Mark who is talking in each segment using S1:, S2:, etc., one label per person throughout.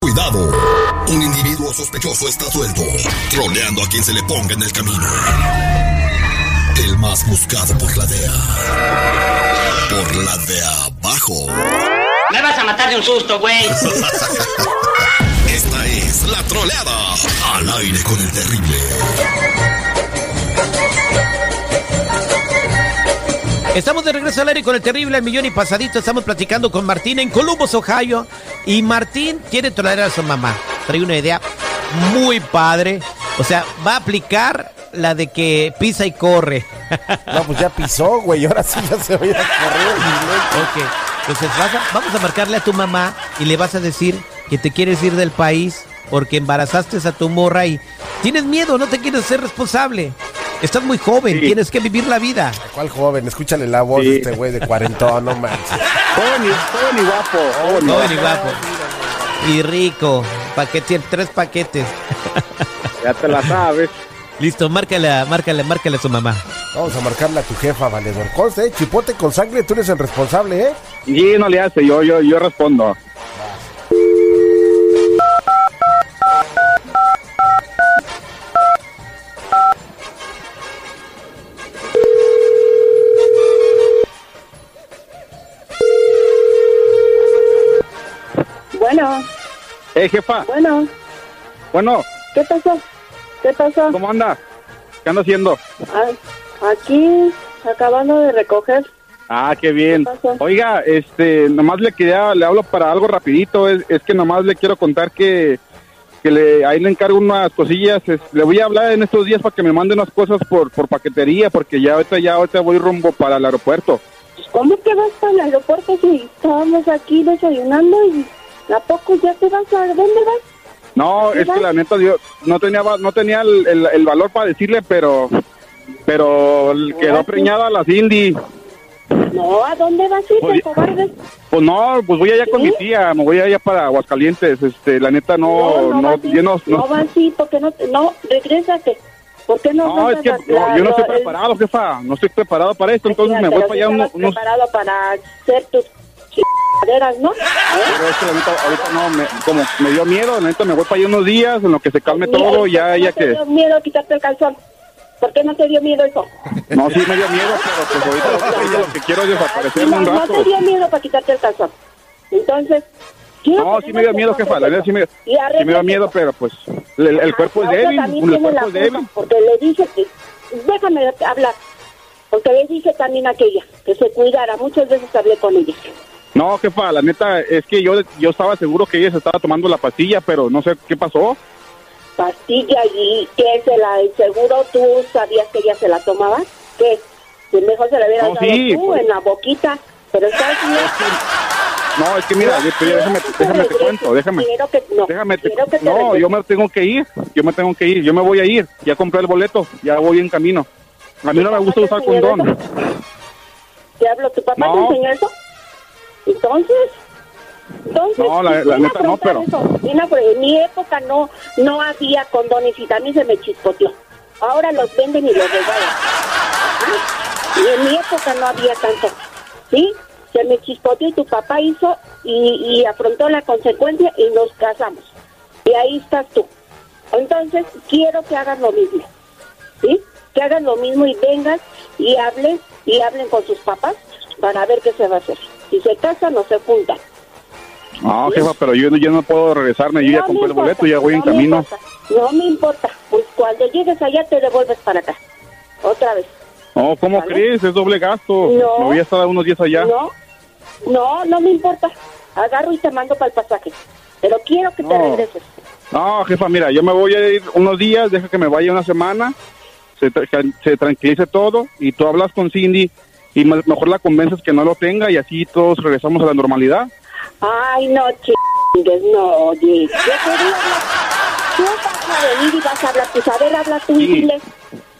S1: Cuidado, un individuo sospechoso está suelto, troleando a quien se le ponga en el camino. El más buscado por la DEA. Por la de abajo.
S2: Me vas a matar de un susto, güey.
S1: Esta es la troleada. Al aire con el terrible.
S3: Estamos de regreso al aire con el terrible al millón y pasadito. Estamos platicando con Martín en Columbus, Ohio. Y Martín quiere tolerar a su mamá. Trae una idea muy padre. O sea, va a aplicar la de que pisa y corre.
S4: No, pues ya pisó, güey. Ahora sí ya se voy a correr.
S3: Ok. Entonces vas a- vamos a marcarle a tu mamá y le vas a decir que te quieres ir del país porque embarazaste a tu morra y tienes miedo, no te quieres ser responsable. Estás muy joven, tienes que vivir la vida.
S4: ¿Cuál joven? Escúchale la voz
S5: Sí.
S4: de este güey de cuarentón, no manches.
S5: Joven y, joven y guapo. Joven y
S3: Joven
S5: guapo.
S3: y guapo. Y rico. Paquete, tres paquetes.
S5: Ya te la sabes.
S3: Listo, márcala, márcala, márcala a su mamá.
S4: Vamos a marcarle a tu jefa, valedor. Conste, eh, chipote con sangre, tú eres el responsable, ¿eh?
S5: Y no le hace, yo, yo, yo respondo.
S6: Bueno,
S5: Eh, jefa,
S6: bueno,
S5: bueno,
S6: ¿qué pasó? ¿Qué pasó?
S5: ¿cómo anda? ¿Qué anda haciendo?
S6: Ah, aquí, acabando de recoger.
S5: Ah, qué bien.
S6: ¿Qué pasó?
S5: Oiga, este, nomás le quería, le hablo para algo rapidito, es, es que nomás le quiero contar que, que le, ahí le encargo unas cosillas, es- le voy a hablar en estos días para que me mande unas cosas por, por paquetería, porque ya ahorita, ya ahorita voy rumbo para el aeropuerto.
S6: Pues, ¿Cómo que vas para el aeropuerto si estábamos aquí desayunando y a poco ya te vas a... ¿Dónde vas?
S5: No, es que la neta, yo no tenía, va- no tenía el, el- el valor para decirle, pero, pero quedó preñada la Cindy.
S6: No, ¿a dónde vas, hijo
S5: Oye.
S6: cobarde?
S5: Pues no, pues voy allá con
S6: ¿Sí?
S5: mi tía, me voy allá para Aguascalientes, este, la neta no, no,
S6: vas,
S5: yo no- no-
S6: no vas, sí, porque no, te- no, regrésate. ¿Por qué no
S5: No,
S6: vas
S5: es que
S6: a-
S5: no,
S6: la-
S5: yo no
S6: lo-
S5: estoy
S6: el-
S5: preparado, jefa. No estoy preparado para esto, entonces
S6: Ay,
S5: me
S6: pero
S5: voy
S6: sí
S5: para allá unos...
S6: estabas
S5: unos-
S6: preparado para hacer tus chingaderas, ¿no? ¿Eh?
S5: pero es que la neta, ahorita no, me, como me dio miedo, la neta, me voy para allá unos días, en lo que se calme
S6: Mira,
S5: todo,
S6: ¿por
S5: ya,
S6: qué
S5: ya
S6: no te
S5: que...
S6: dio miedo quitarte el calzón? ¿Por qué no te dio miedo eso?
S5: No, sí me dio miedo, pero pues ahorita lo que, quiero- lo que quiero es desaparecerme
S6: no,
S5: un
S6: no
S5: rato.
S6: te dio miedo para quitarte el calzón. Entonces... quiero
S5: No,
S6: que
S5: sí me dio
S6: vengas
S5: miedo,
S6: con
S5: jefa, la neta sí me,
S6: Y
S5: sí me dio
S6: arréglate.
S5: miedo, pero pues el, el
S6: Ajá,
S5: cuerpo es
S6: la otra
S5: débil,
S6: también
S5: el
S6: tiene la
S5: cuerpo es
S6: culpa,
S5: débil.
S6: Porque le dije que... Déjame hablar. Porque le dije también a aquella que se cuidara. Muchas veces hablé con ella.
S5: No, jefa, la neta, es que yo, yo estaba seguro que ella se estaba tomando la pastilla, pero no sé qué pasó.
S6: pastilla y que se la seguro tú sabías que ella se la tomaba que que mejor se la hubiera
S5: No,
S6: dado
S5: sí,
S6: tú
S5: pues. Ah,
S6: en la boquita pero estás
S5: No, es que mira, yo- yo- déjame, déjame te cuento, déjame.
S6: quiero que no
S5: Déjame, te-
S6: quiero que te
S5: no,
S6: regreses.
S5: yo me tengo que ir, yo me tengo que ir, yo me voy a ir, ya compré el boleto, ya voy en camino. A mí no me gusta
S6: ¿Tu
S5: usar
S6: papá te enseñó
S5: condón.
S6: eso? te hablo tu papá
S5: No.
S6: te enseñó eso entonces entonces,
S5: No, la- la
S6: ven a
S5: neta no,
S6: afrontar
S5: pero-
S6: eso, ven a- En mi época no no había condones y también se me chispoteó. Ahora los venden y los regalan. Ajá. Y en mi época no había tanto. ¿Sí? Se me chispoteó y tu papá hizo y, y afrontó la consecuencia y nos casamos. Y ahí estás tú. Entonces, quiero que hagas lo mismo. ¿Sí? Que hagas lo mismo y vengas y hablen y hablen con sus papás para ver qué se va a hacer. Si se casan o se juntan.
S5: No, jefa, pero yo, no- yo no puedo regresarme, yo ya
S6: No
S5: compré
S6: me
S5: el boleto,
S6: importa,
S5: ya voy en
S6: no me
S5: camino.
S6: importa, no me importa, pues cuando llegues allá te devuelves para acá. Otra vez.
S5: No, ¿cómo
S6: ¿Vale?
S5: crees? Es doble gasto.
S6: No.
S5: Me voy a estar unos días allá.
S6: No, no, no me importa. Agarro y te mando para el pasaje. Pero quiero que
S5: No.
S6: te regreses.
S5: No, jefa, mira, yo me voy a ir unos días, deja que me vaya una semana, se, tra- se tranquilice todo y tú hablas con Cindy y me- mejor la convences que no lo tenga y así todos regresamos a la normalidad.
S6: Ay, no, chingues, no, oye. Yo quería hablar. Tú vas a venir y vas a hablar, pues a ver, habla tú y
S5: Sí.
S6: dile.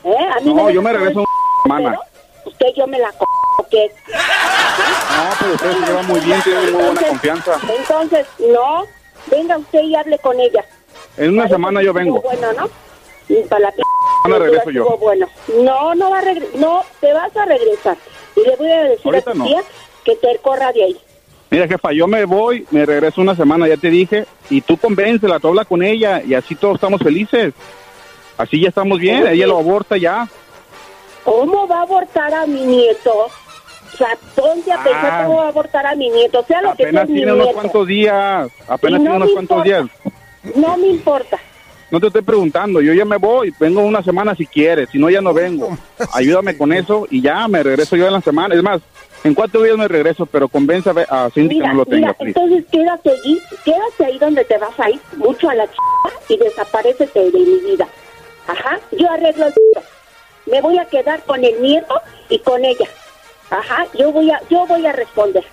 S6: ¿Eh? A mí
S5: No, yo
S6: dejas
S5: me regreso
S6: todo
S5: una
S6: el-
S5: semana.
S6: pero, Usted yo me la co... ¿qué?
S5: No, pero ustedes se llevan muy bien, tienen muy buena confianza.
S6: Entonces, no, venga usted y hable con ella.
S5: En una semana
S6: pues,
S5: yo vengo.
S6: Bueno, ¿no? Y para la p-
S5: Ahora regreso yo.
S6: estuvo Bueno, no, no va a regre- no, te vas a regresar. Y le voy a decir
S5: Ahorita
S6: a tu
S5: no.
S6: tía que te corra de ahí.
S5: Mira, jefa, yo me voy, me regreso una semana, ya te dije, y tú convéncela, tú habla con ella y así todos estamos felices. Así ya estamos bien, ella lo aborta ya.
S6: ¿Cómo va a abortar a mi nieto? O sea, ¿dónde a pensar
S5: Ah.
S6: cómo va a abortar a mi nieto? Sea lo que sea
S5: Apenas
S6: es mi
S5: tiene unos
S6: nieto.
S5: cuantos días, apenas
S6: Y
S5: tiene unos
S6: me
S5: cuantos
S6: importa.
S5: días.
S6: No me importa.
S5: No te estoy preguntando, yo ya me voy, vengo una semana si quieres, si no ya no vengo. Ayúdame con eso y ya me regreso yo en la semana. Es más, en cuatro días me regreso, pero convence a, ver- a Cindy que
S6: Mira,
S5: no lo tenga,
S6: mira,
S5: please.
S6: entonces quédate allí, quédate ahí donde te vas a ir, mucho a la ch... y desaparecete de mi vida. Ajá, yo arreglo el... Me voy a quedar con el nieto y con ella. Ajá, yo voy a, yo voy a responder.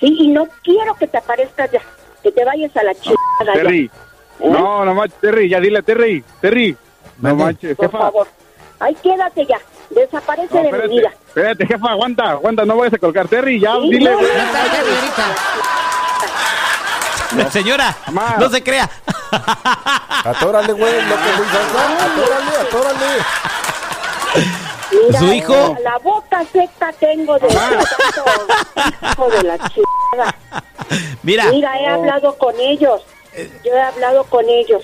S6: Sí, y no quiero que te aparezcas ya, que te vayas a la ch...
S5: Ah, Terry, no, no manches, Terry, ya dile, Terry, Terry. No
S3: Mande.
S5: manches,
S6: ¿Eh? Por
S5: jefa.
S6: favor. Ahí quédate ya, desaparece
S5: No,
S6: de mi
S5: espérate,
S6: vida.
S5: espérate, jefa, aguanta, aguanta, no vayas a colgar. Terry, ya,
S6: Sí,
S5: dile,
S6: no,
S5: güey.
S6: no,
S7: Ya está, ya, señorita.
S3: Señora,
S5: Mamá.
S3: no se crea.
S4: Atórale, güey, no te voy a Atórale, atórale.
S6: Mira,
S3: ¿Su hijo?
S6: La boca seca tengo de hijo de la chingada.
S3: Mira, Oh. Eh.
S6: Mira, he hablado con ellos. Yo he hablado con ellos.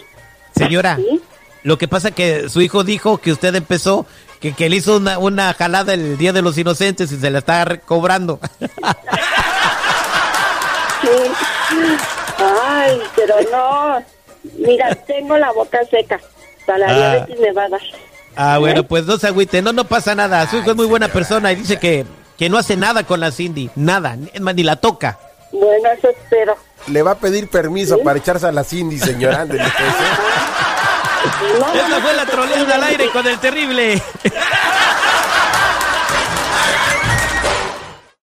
S3: señora,
S6: ¿Sí?
S3: lo que pasa que su hijo dijo que usted empezó, que, que le hizo una, una jalada el Día de los Inocentes y se la está re- cobrando.
S6: Sí. Ay, pero no. Mira, tengo la boca seca. Para la
S3: Ah.
S6: diabetes me va a dar.
S3: Ah,
S6: ¿Eh?
S3: bueno, pues no se agüite, no, no pasa nada. Su hijo es muy buena persona y dice que, que no hace nada con la Cindy, nada, ni- es más, ni la toca.
S6: Bueno, eso espero.
S4: Le va a pedir permiso
S6: ¿Sí?
S4: para echarse a la Cindy, señor. Ándele, pues, ¿eh?
S6: No, no,
S3: Esta
S6: no,
S3: fue la
S6: no,
S3: troleada
S6: no,
S3: al aire
S6: no,
S3: con el terrible.
S6: no,